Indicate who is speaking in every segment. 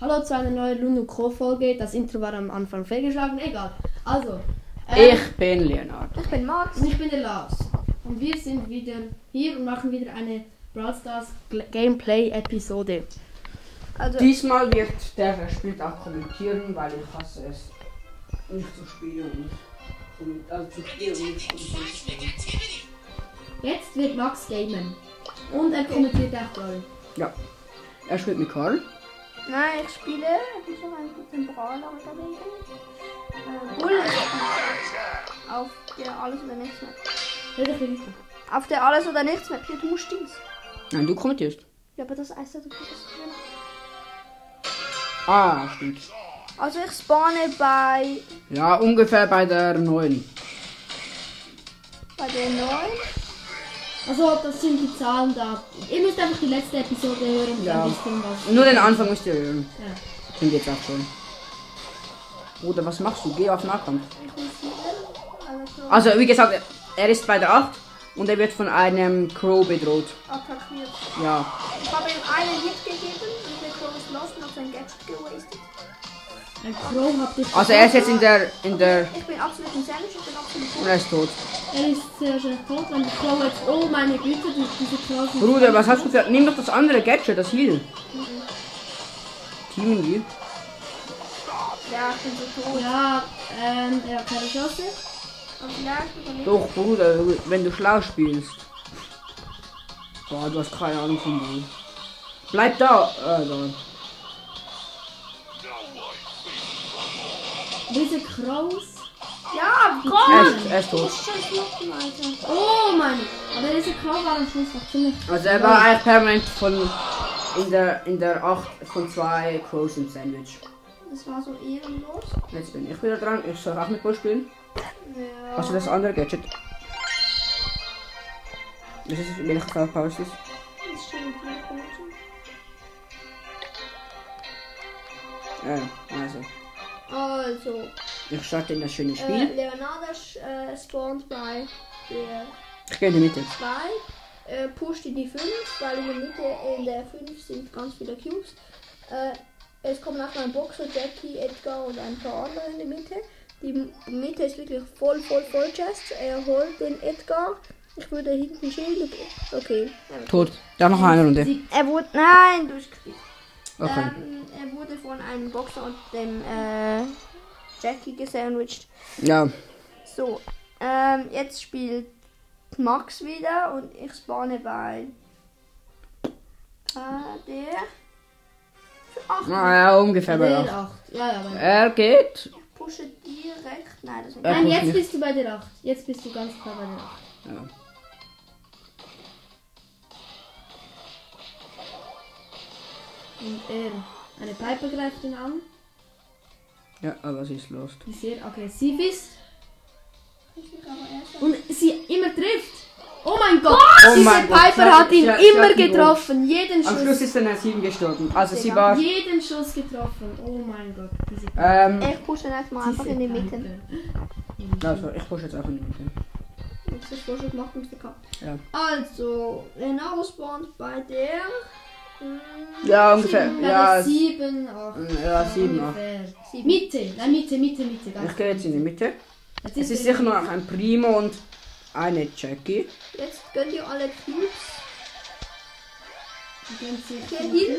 Speaker 1: Hallo zu einer neuen Luno Co Folge. Das Intro war am Anfang fehlgeschlagen, egal. Also, ähm,
Speaker 2: Ich bin Leonardo.
Speaker 3: Ich bin Max.
Speaker 1: und ich bin der Lars und wir sind wieder hier und machen wieder eine Brawl Stars Gl- Gameplay Episode.
Speaker 3: Also,
Speaker 2: Diesmal wird der spielt auch kommentieren, weil ich hasse es, nicht zu spielen und und, also zu spielen und nicht zu spielen.
Speaker 1: Jetzt wird Max gamen und er kommentiert auch Brawl.
Speaker 2: Ja. Er spielt mit Karl.
Speaker 3: nein, ich spiele. Ich muss noch einen guten Brawler unterlegen. Äh, Bull ist auf der Alles- oder Nichts-Map.
Speaker 1: Hör doch hier weiter.
Speaker 3: Auf der Alles- oder Nichts-Map. Hier, du musst dies.
Speaker 2: Nein, du kommentierst.
Speaker 3: Ja, aber das heißt ja, du kriegst es drin.
Speaker 2: Ah, stimmt.
Speaker 3: Also, ich spawne bei,
Speaker 2: Ja, ungefähr bei der 9.
Speaker 3: bei der 9.
Speaker 1: Also, das sind die Zahlen da. Ihr müsst einfach die letzte Episode hören und
Speaker 2: Ja.
Speaker 1: dann wisst ihr was.
Speaker 2: Nur den Anfang müsst ihr hören.
Speaker 1: Ja.
Speaker 2: Klingt jetzt auch schon. Bruder, was machst du? Geh auf Nahkampf.
Speaker 3: Ich muss hier. Also,
Speaker 2: Also, wie gesagt, er ist bei der 8 und er wird von einem Crow bedroht.
Speaker 3: attackiert.
Speaker 2: Ja.
Speaker 3: Ich habe ihm einen Hit gegeben und der Crow ist los und hat sein Gadget gewastet.
Speaker 1: Ein Crow habt ihr.
Speaker 2: Also, er ist jetzt in der. in der.
Speaker 3: Ich bin absolut ein Sandwich, ich bin absolut
Speaker 2: und
Speaker 3: gut.
Speaker 2: er ist tot.
Speaker 1: Er ist sehr schnell tot und ich glaube jetzt, oh meine Güte, die, diese Klaus.
Speaker 2: Bruder, was hast du für. Nimm doch das andere Gadget, das Heal. Team Heal.
Speaker 3: Ja, ich bin so tot.
Speaker 1: Ja, ähm, er hat keine Chance.
Speaker 3: Und ja, ich bin
Speaker 2: Doch, Bruder, wenn du schlau spielst. Boah, du hast keine Ahnung von Ball. Bleib da! Äh, da.
Speaker 1: Diese Kraus.
Speaker 3: Ja,
Speaker 2: Er
Speaker 3: Gott!
Speaker 2: ist, er ist tot.
Speaker 3: Ich kann schlucken, Alter.
Speaker 1: Oh mein Gott. Aber diese Kraus war am Schluss noch ziemlich.
Speaker 2: Also er war eigentlich permanent von. In der, in der 8 von 2 Crows im Sandwich.
Speaker 3: Das war so ehrenlos.
Speaker 2: Jetzt bin ich wieder dran. Ich soll auch mit Ball spielen.
Speaker 3: Ja.
Speaker 2: Hast du das andere Gadget? Das ist, wenn ich gerade Pause ist.
Speaker 3: Das stimmt nicht gut.
Speaker 2: Ja, also.
Speaker 3: Also,
Speaker 2: Ich starte in das schöne Spiel.
Speaker 3: äh, Leonardo äh, spawnt bei der
Speaker 2: Ich gehe in die Mitte.
Speaker 3: 2, äh, pusht in die 5, weil in der Mitte in der 5 sind ganz viele Cubes. Äh, es kommen auch noch ein Boxer, Jackie, Edgar und ein paar andere in die Mitte. Die M- Mitte ist wirklich voll, voll, voll Chest. Er holt den Edgar. Ich würde hinten schilden. Okay.
Speaker 2: Tot. Dann noch eine Runde.
Speaker 3: Sie- Er wurde. Nein, du hast gekriegt.
Speaker 2: Okay.
Speaker 3: Ähm, er wurde von einem Boxer und dem äh, Jackie gesandwiched.
Speaker 2: Ja.
Speaker 3: So, ähm, jetzt spielt Max wieder und ich spawne bei äh, der. Ach,
Speaker 2: Naja, Ah, ungefähr bei
Speaker 1: der
Speaker 2: der 8.
Speaker 1: 8. Ja, ja, bei
Speaker 2: Er geht.
Speaker 3: ich pushe direkt. Nein, das ist
Speaker 2: Äh.
Speaker 1: Nein,
Speaker 2: guck
Speaker 1: jetzt
Speaker 2: nicht.
Speaker 1: bist du bei der 8. Jetzt bist du ganz klar bei der 8.
Speaker 2: Ja.
Speaker 1: Und er. Eine Piper greift ihn an.
Speaker 2: Ja, aber was ist los?
Speaker 1: Die sehr aggressiv ist.
Speaker 3: richtig, aber erst.
Speaker 1: Und sie immer trifft. Oh mein Gott.
Speaker 2: Oh
Speaker 1: diese
Speaker 2: mein Gott,
Speaker 1: Piper
Speaker 2: sie hat-
Speaker 1: hat ihn
Speaker 2: sie hat- sie
Speaker 1: immer
Speaker 2: hat ihn
Speaker 1: getroffen. Jeden
Speaker 2: Am Schluss
Speaker 1: Schuss.
Speaker 2: ist dann ein 7 gestorben. Also sie war.
Speaker 1: Jeden Schuss getroffen. Oh mein Gott. Diese
Speaker 2: Ähm.
Speaker 3: Ich pushe jetzt mal Äh, einfach
Speaker 1: diese
Speaker 3: in die Mitte.
Speaker 1: Piper.
Speaker 2: Also ich pushe jetzt auch in die Mitte.
Speaker 3: Jetzt ist Vorschlag gemacht und verkackt.
Speaker 2: Ja.
Speaker 3: Also, Renato spawnt bei der. mm,
Speaker 2: Ja, ungefähr.
Speaker 1: Bei
Speaker 2: Ja.
Speaker 1: der 7, 8.
Speaker 2: Ja, 7, 8.
Speaker 3: sieben.
Speaker 1: Mitte, nein, Mitte, Mitte, Mitte. Ganz
Speaker 2: Ich gehe jetzt in die Mitte.
Speaker 1: Jetzt
Speaker 2: Es ist
Speaker 1: er-
Speaker 2: sicher nur noch ein Primo und eine Jackie.
Speaker 3: Jetzt gönnt ihr alle Cubes.
Speaker 1: Die gehen sich-
Speaker 3: Hier hin.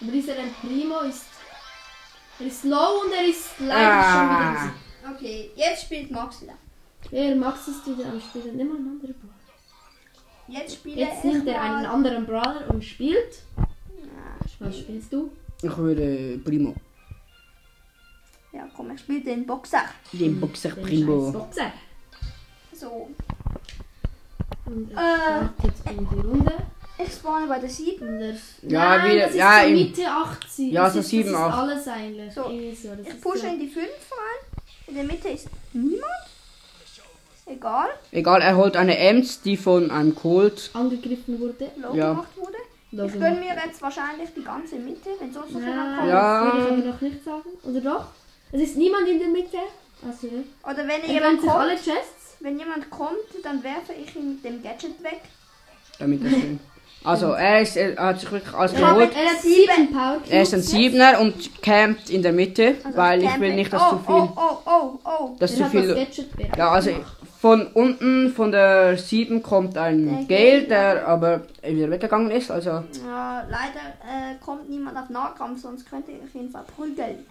Speaker 1: Aber dieser ein Primo ist. Er ist low und er ist leider
Speaker 2: Ah.
Speaker 1: schon
Speaker 3: Okay, jetzt spielt Max wieder.
Speaker 1: wieder. Er Max ist wieder am Spielen. Nimm mal einen anderen Brawler.
Speaker 3: Jetzt spielt
Speaker 1: Jetzt
Speaker 3: er
Speaker 1: nimmt er
Speaker 3: erstmal-
Speaker 1: einen anderen Brawler und spielt.
Speaker 3: Na,
Speaker 1: Was
Speaker 3: spiel-
Speaker 1: spielst du?
Speaker 2: Ich würde Primo.
Speaker 3: Ja, komm, er spielt den Boxer.
Speaker 2: Den Boxer
Speaker 1: Hm, Den scheiß
Speaker 2: Primo.
Speaker 1: Boxer.
Speaker 3: So.
Speaker 1: Und er
Speaker 3: Äh.
Speaker 1: startet in die Runde.
Speaker 3: Ich spawne bei der 7.
Speaker 1: Und er,
Speaker 2: Ja,
Speaker 1: nein,
Speaker 2: wieder-
Speaker 1: das ist
Speaker 2: ja,
Speaker 1: so
Speaker 2: im-
Speaker 1: Mitte 8. sie-
Speaker 2: Ja,
Speaker 1: das
Speaker 2: so
Speaker 1: ist-
Speaker 2: sieben,
Speaker 1: das
Speaker 2: acht.
Speaker 1: ist Dus alles Eh, eigentlich.
Speaker 3: So,
Speaker 1: Irgendwie so, das
Speaker 3: Ich
Speaker 1: ist
Speaker 3: pushe
Speaker 1: so.
Speaker 3: in die 5 rein. In der Mitte ist niemand. Egal,
Speaker 2: Egal, er holt eine Ems, die von einem Colt.
Speaker 1: Angegriffen wurde.
Speaker 3: low
Speaker 2: Ja.
Speaker 3: gemacht wurde.
Speaker 1: Low
Speaker 3: ich
Speaker 1: gemacht.
Speaker 3: gönne mir jetzt wahrscheinlich die ganze Mitte, wenn sonst noch jemand
Speaker 1: Nein,
Speaker 3: kommt.
Speaker 2: Ja.
Speaker 1: Das würde ich aber noch nicht sagen. Oder doch? Es ist niemand in der Mitte. Also, ne?
Speaker 3: Oder wenn
Speaker 1: Er gönnt
Speaker 3: jemand
Speaker 1: sich
Speaker 3: kommt,
Speaker 1: alle Chests.
Speaker 3: wenn jemand kommt, dann werfe ich ihm den Gadget weg.
Speaker 2: Damit er schön. Also er, ist, er hat sich wirklich alles
Speaker 1: Er
Speaker 2: geholt.
Speaker 1: hat, er hat sieben Power Cubes.
Speaker 2: Er ist ein Siebner und campt in der Mitte,
Speaker 3: Also
Speaker 2: weil ich
Speaker 3: Campbell-
Speaker 2: will nicht, dass
Speaker 3: oh,
Speaker 2: zu viel...
Speaker 3: Oh, oh, oh, oh.
Speaker 2: Dass zu
Speaker 1: Er hat das
Speaker 2: viel
Speaker 1: Gadget bereit.
Speaker 2: ja, also von unten, von der 7 kommt ein
Speaker 3: Der
Speaker 2: Gale,
Speaker 3: Gale.
Speaker 2: der aber wieder weggegangen ist. Also
Speaker 3: Ja, leider äh, kommt niemand auf Nahkampf, sonst könnte ich ihn verprügeln.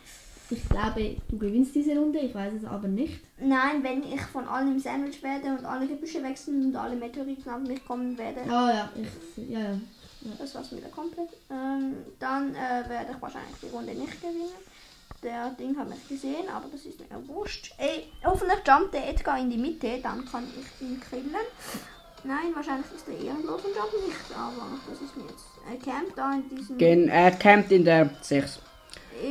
Speaker 1: Ich glaube, du gewinnst diese Runde, ich weiß es aber nicht.
Speaker 3: Nein, wenn ich von allen im Sandwich werde und alle Gebüsche wechseln und alle Meteoriten auf mich kommen werde,
Speaker 1: Ah ja, ich, ja, ja.
Speaker 3: das war's wieder komplett, ähm, dann äh, werde ich wahrscheinlich die Runde nicht gewinnen. Der Ding hat mich gesehen, aber das ist mir wurscht. Ey, hoffentlich jumpt der Edgar in die Mitte, dann kann ich ihn killen. Nein, wahrscheinlich ist er ehrenlos und jumpt nicht, aber das ist mir jetzt. Er campt da in diesem...
Speaker 2: gen, er campt in der 6.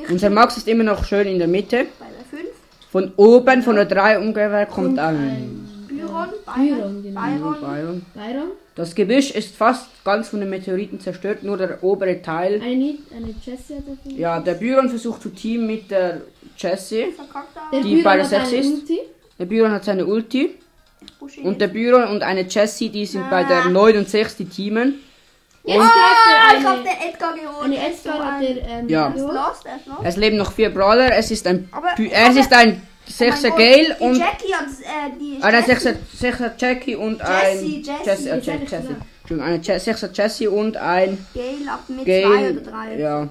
Speaker 3: ich
Speaker 2: Unser Max ist immer noch schön in der Mitte.
Speaker 3: bei der 5.
Speaker 2: Von oben, von der 3 ungefähr, kommt ein
Speaker 3: Byron,
Speaker 1: Byron,
Speaker 3: Byron,
Speaker 1: genau.
Speaker 3: Byron.
Speaker 2: Byron.
Speaker 1: Byron,
Speaker 2: Das Gebüsch ist fast ganz von den Meteoriten zerstört, nur der obere Teil.
Speaker 1: eine, Niet- eine Jessie hat er
Speaker 2: Ja, der Byron versucht zu teamen mit der Jessie.
Speaker 3: Verkackter.
Speaker 1: Der
Speaker 2: Die
Speaker 1: Byron
Speaker 2: bei der
Speaker 1: hat
Speaker 2: Sechs
Speaker 1: eine
Speaker 2: ist?
Speaker 1: Ulti.
Speaker 2: Der Byron hat seine Ulti.
Speaker 3: Buschi.
Speaker 2: Und der Byron und eine Jessie, die sind bei der
Speaker 3: Ah.
Speaker 2: 9 und 6, die teamen.
Speaker 1: Jetzt
Speaker 3: Ah, ich
Speaker 1: greift er
Speaker 3: hab
Speaker 1: eine,
Speaker 3: den Edgar geholt.
Speaker 1: eine
Speaker 3: Er ist so
Speaker 1: Edgar hat
Speaker 3: ein-
Speaker 1: er ähm,
Speaker 2: Ja.
Speaker 3: Er ist
Speaker 1: geholt.
Speaker 3: lost, er ist lost.
Speaker 2: Es leben noch vier Brawler. Es ist ein,
Speaker 3: Aber-
Speaker 2: Py- es
Speaker 3: aber-
Speaker 2: ist ein
Speaker 3: Oh mein
Speaker 2: 6er
Speaker 3: Gott,
Speaker 2: Gale
Speaker 3: die
Speaker 2: und
Speaker 3: Jackie hat äh, die.
Speaker 2: Ah, nein,
Speaker 3: Jackie-
Speaker 2: 6er, 6er Jackie und ein
Speaker 3: Jessie, Jessie,
Speaker 2: Jessie, äh,
Speaker 1: jetzt hab
Speaker 2: Jack-
Speaker 1: ich's
Speaker 2: Jessie.
Speaker 1: gesagt.
Speaker 2: Entschuldigung, eine Je- 6er Jessie und ein
Speaker 3: Gale ab mit zwei
Speaker 2: Gale.
Speaker 3: oder drei.
Speaker 2: Ja.
Speaker 3: Aber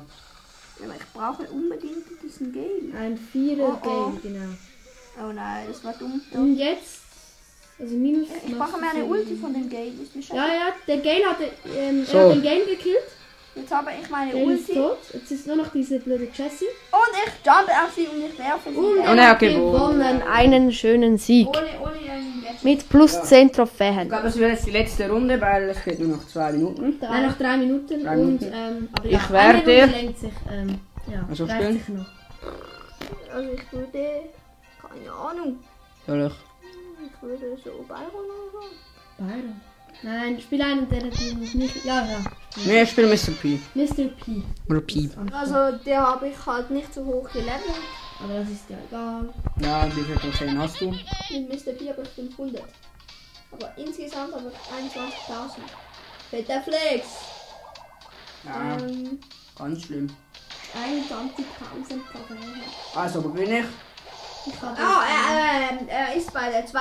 Speaker 3: ich brauche unbedingt diesen Gale.
Speaker 1: Ein vierer
Speaker 3: Oh, oh.
Speaker 1: Game, genau.
Speaker 3: Oh nein, das war dumm.
Speaker 1: Und jetzt, also minus.
Speaker 3: Ich brauche mir eine Ulti von dem Gale. Ist mir scheiße.
Speaker 1: Ja, ja, der Gale hat, ähm,
Speaker 2: So.
Speaker 1: er hat den Game gekillt.
Speaker 3: Jetzt habe ich meine
Speaker 1: Gale ist
Speaker 3: Ulti. Und
Speaker 1: tot. Jetzt ist nur noch diese blöde Jessie.
Speaker 3: ich jump auf sie und ich werfe sie. Äh,
Speaker 2: Und er hat gewonnen.
Speaker 1: Einen schönen Sieg.
Speaker 3: Ohne, ohne einen Gadget.
Speaker 1: Mit plus 10 Trophäen.
Speaker 2: Ich glaube, das wäre jetzt die letzte Runde, weil es geht nur noch zwei Minuten.
Speaker 1: Nein, noch drei Minuten.
Speaker 2: Drei
Speaker 1: und,
Speaker 2: Minuten.
Speaker 1: Ähm, aber
Speaker 2: Ich
Speaker 1: ja, eine
Speaker 2: werde-
Speaker 1: Runde lenkt sich, ähm, ja,
Speaker 2: Also
Speaker 1: reicht
Speaker 2: spielen?
Speaker 1: sich noch.
Speaker 3: Also ich würde. Keine Ahnung.
Speaker 2: Soll ich?
Speaker 3: Ich würde so Byron oder so.
Speaker 1: Byron. Nein, spiel einen, der hat nicht. Ja, ja.
Speaker 2: Nee, ich spiele Mr. P.
Speaker 1: Mr. P.
Speaker 2: Oder P.
Speaker 3: Also der habe ich halt nicht so hoch gelevelt.
Speaker 1: Aber das ist ja egal.
Speaker 2: Ja, wie viel Prozent hast du?
Speaker 3: Mit Mr. P habe ich 500. Aber insgesamt habe ich 21.000. Fetter Flex!
Speaker 2: Ja,
Speaker 3: Ähm,
Speaker 2: ganz schlimm.
Speaker 3: 21.000 Trophäen.
Speaker 2: Also, wo bin ich?
Speaker 3: Ich
Speaker 1: äh,
Speaker 3: habe. Ah, er, ähm, er ist bei der 2.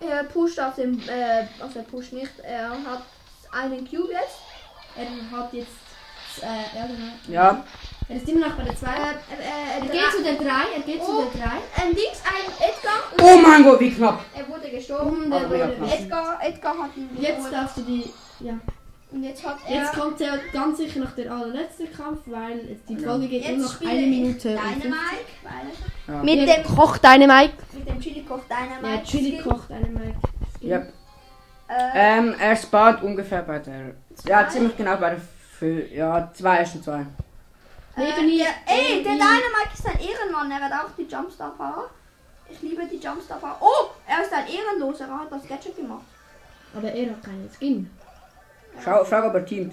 Speaker 3: Er pusht auf dem. Äh, auf der Push nicht. Er hat einen Cube jetzt.
Speaker 1: Er hat jetzt. Äh, ja, genau.
Speaker 2: Ja,
Speaker 1: Er ist immer noch bei der 2.
Speaker 3: Äh, äh,
Speaker 1: er
Speaker 3: äh,
Speaker 1: geht zu der 3. Er geht
Speaker 3: Oh.
Speaker 1: zu der 3.
Speaker 3: Ein Dings, ein Edgar.
Speaker 2: Oh mein Gott, wie knapp!
Speaker 3: Er wurde gestorben.
Speaker 1: Oh,
Speaker 3: Also,
Speaker 1: der
Speaker 2: mega
Speaker 1: wurde-
Speaker 2: krass.
Speaker 3: Edgar, Edgar hat ihn
Speaker 1: Jetzt
Speaker 3: geholt.
Speaker 1: darfst du die. Ja.
Speaker 3: Und jetzt hat er.
Speaker 1: Jetzt kommt der ganz sicher noch der allerletzte Kampf, weil die Folge geht nur
Speaker 3: Jetzt
Speaker 1: noch
Speaker 3: spiele
Speaker 1: eine
Speaker 3: ich
Speaker 1: Minute. und
Speaker 3: Dynamite, weil
Speaker 1: Mit
Speaker 3: dem
Speaker 1: Koch Dynamite.
Speaker 3: mit dem Chili Koch
Speaker 1: Ja,
Speaker 3: Dynamite.
Speaker 1: Chili
Speaker 3: Skin.
Speaker 1: kocht Dynamite.
Speaker 2: Ja.
Speaker 3: Äh,
Speaker 2: Ähm, er spart ungefähr bei der. Ja, ziemlich genau bei der. Fü- Ja, zwei ist schon zwei.
Speaker 1: Neben
Speaker 3: äh,
Speaker 1: ihr-
Speaker 3: der, ey, der
Speaker 1: neben ihr-
Speaker 3: Dynamite ist ein Ehrenmann, er hat auch die Jumpstar Power. Ich liebe die Jumpstar Power. Oh, er ist ein Ehrenloser, er hat das Gadget gemacht.
Speaker 1: Aber er hat keinen Skin.
Speaker 2: Schau, frag, ob er teamt.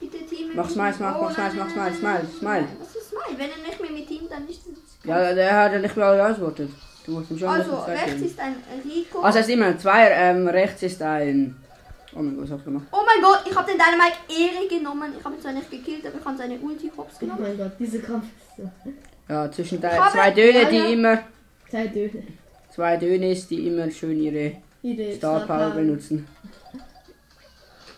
Speaker 3: Bitte Team. Oh,
Speaker 2: Mach Smile, Smile, mach Smile, mach Smile, Smile, Smile.
Speaker 3: Das ist Smile. Wenn er nicht mehr mit Team, dann ist es.
Speaker 2: Ja, der hat ja nicht mehr alle ausgewortet. Du musst ihm schon
Speaker 3: Also,
Speaker 2: ein bisschen Zeit
Speaker 3: rechts
Speaker 2: geben.
Speaker 3: ist ein Rico.
Speaker 2: Also, es ist immer ein Zweier, ähm, rechts ist ein. Oh mein Gott, was hab ich gemacht?
Speaker 3: oh mein Gott, ich habe den Dynamite Ehre genommen. Ich habe ihn zwar nicht gekillt, aber ich habe seine Ulti hops
Speaker 1: Oh
Speaker 3: genommen.
Speaker 1: mein Gott, dieser Kampf ist so.
Speaker 2: Ja, zwischen der,
Speaker 3: Aber-
Speaker 2: zwei Döne,
Speaker 1: ja, ja.
Speaker 2: die immer.
Speaker 1: Zwei Töne.
Speaker 2: Zwei Döne ist, die immer schön ihre
Speaker 1: Ihre
Speaker 2: Star Power benutzen.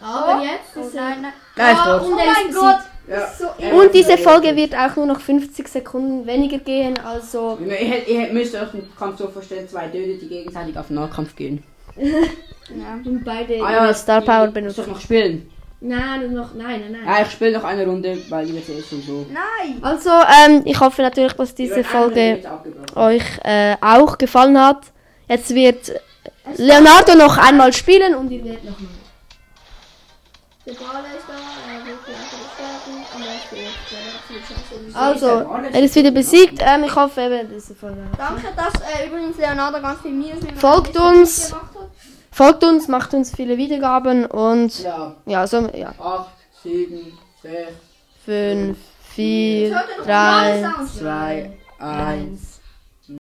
Speaker 1: Aber
Speaker 3: Oh.
Speaker 1: jetzt
Speaker 3: Oh
Speaker 1: ist er.
Speaker 3: nein, nein.
Speaker 2: Da ist
Speaker 1: Ah,
Speaker 2: tot.
Speaker 1: und
Speaker 3: Oh
Speaker 1: er ist
Speaker 3: mein
Speaker 1: besiegt.
Speaker 3: Gott.
Speaker 2: Ja.
Speaker 3: So
Speaker 1: Und diese Folge wird auch nur noch 50 Sekunden weniger gehen, also.
Speaker 2: Ich, ich, ich müsst euch den Kampf so vorstellen: zwei Döne, die gegenseitig auf den Nahkampf gehen.
Speaker 3: Ja.
Speaker 1: Und beide
Speaker 2: Ah ja,
Speaker 1: ihre Star Power
Speaker 2: Muss doch
Speaker 1: benutzen.
Speaker 2: noch spielen.
Speaker 1: Nein, noch, nein, nein, nein.
Speaker 2: Ja, ich spiele noch eine Runde, weil die wird eh jetzt sowieso.
Speaker 3: Nein.
Speaker 1: Also, ähm, ich hoffe natürlich, dass diese Folge euch äh, auch gefallen hat. Jetzt wird Leonardo noch einmal spielen und ihr werdet nochmal.
Speaker 3: Der Brawler ist da, er wird gleich sterben und er ist vielleicht der Scheiße.
Speaker 1: Also, er ist wieder besiegt. Ähm, ich hoffe, eben diese Folge.
Speaker 3: Danke, dass äh, übrigens Leonardo ganz viel Minus mit meinem
Speaker 1: Folgt
Speaker 3: Mr. Beast
Speaker 1: uns.
Speaker 3: gemacht hat.
Speaker 1: Folgt uns, macht uns viele Wiedergaben und
Speaker 2: Ja,
Speaker 1: ja, so, ja.
Speaker 2: 8, 7, 6,
Speaker 1: 5, 4,
Speaker 3: Hört ihr noch
Speaker 1: 3,
Speaker 3: normale Sounds?
Speaker 2: 2, 1.
Speaker 1: 1.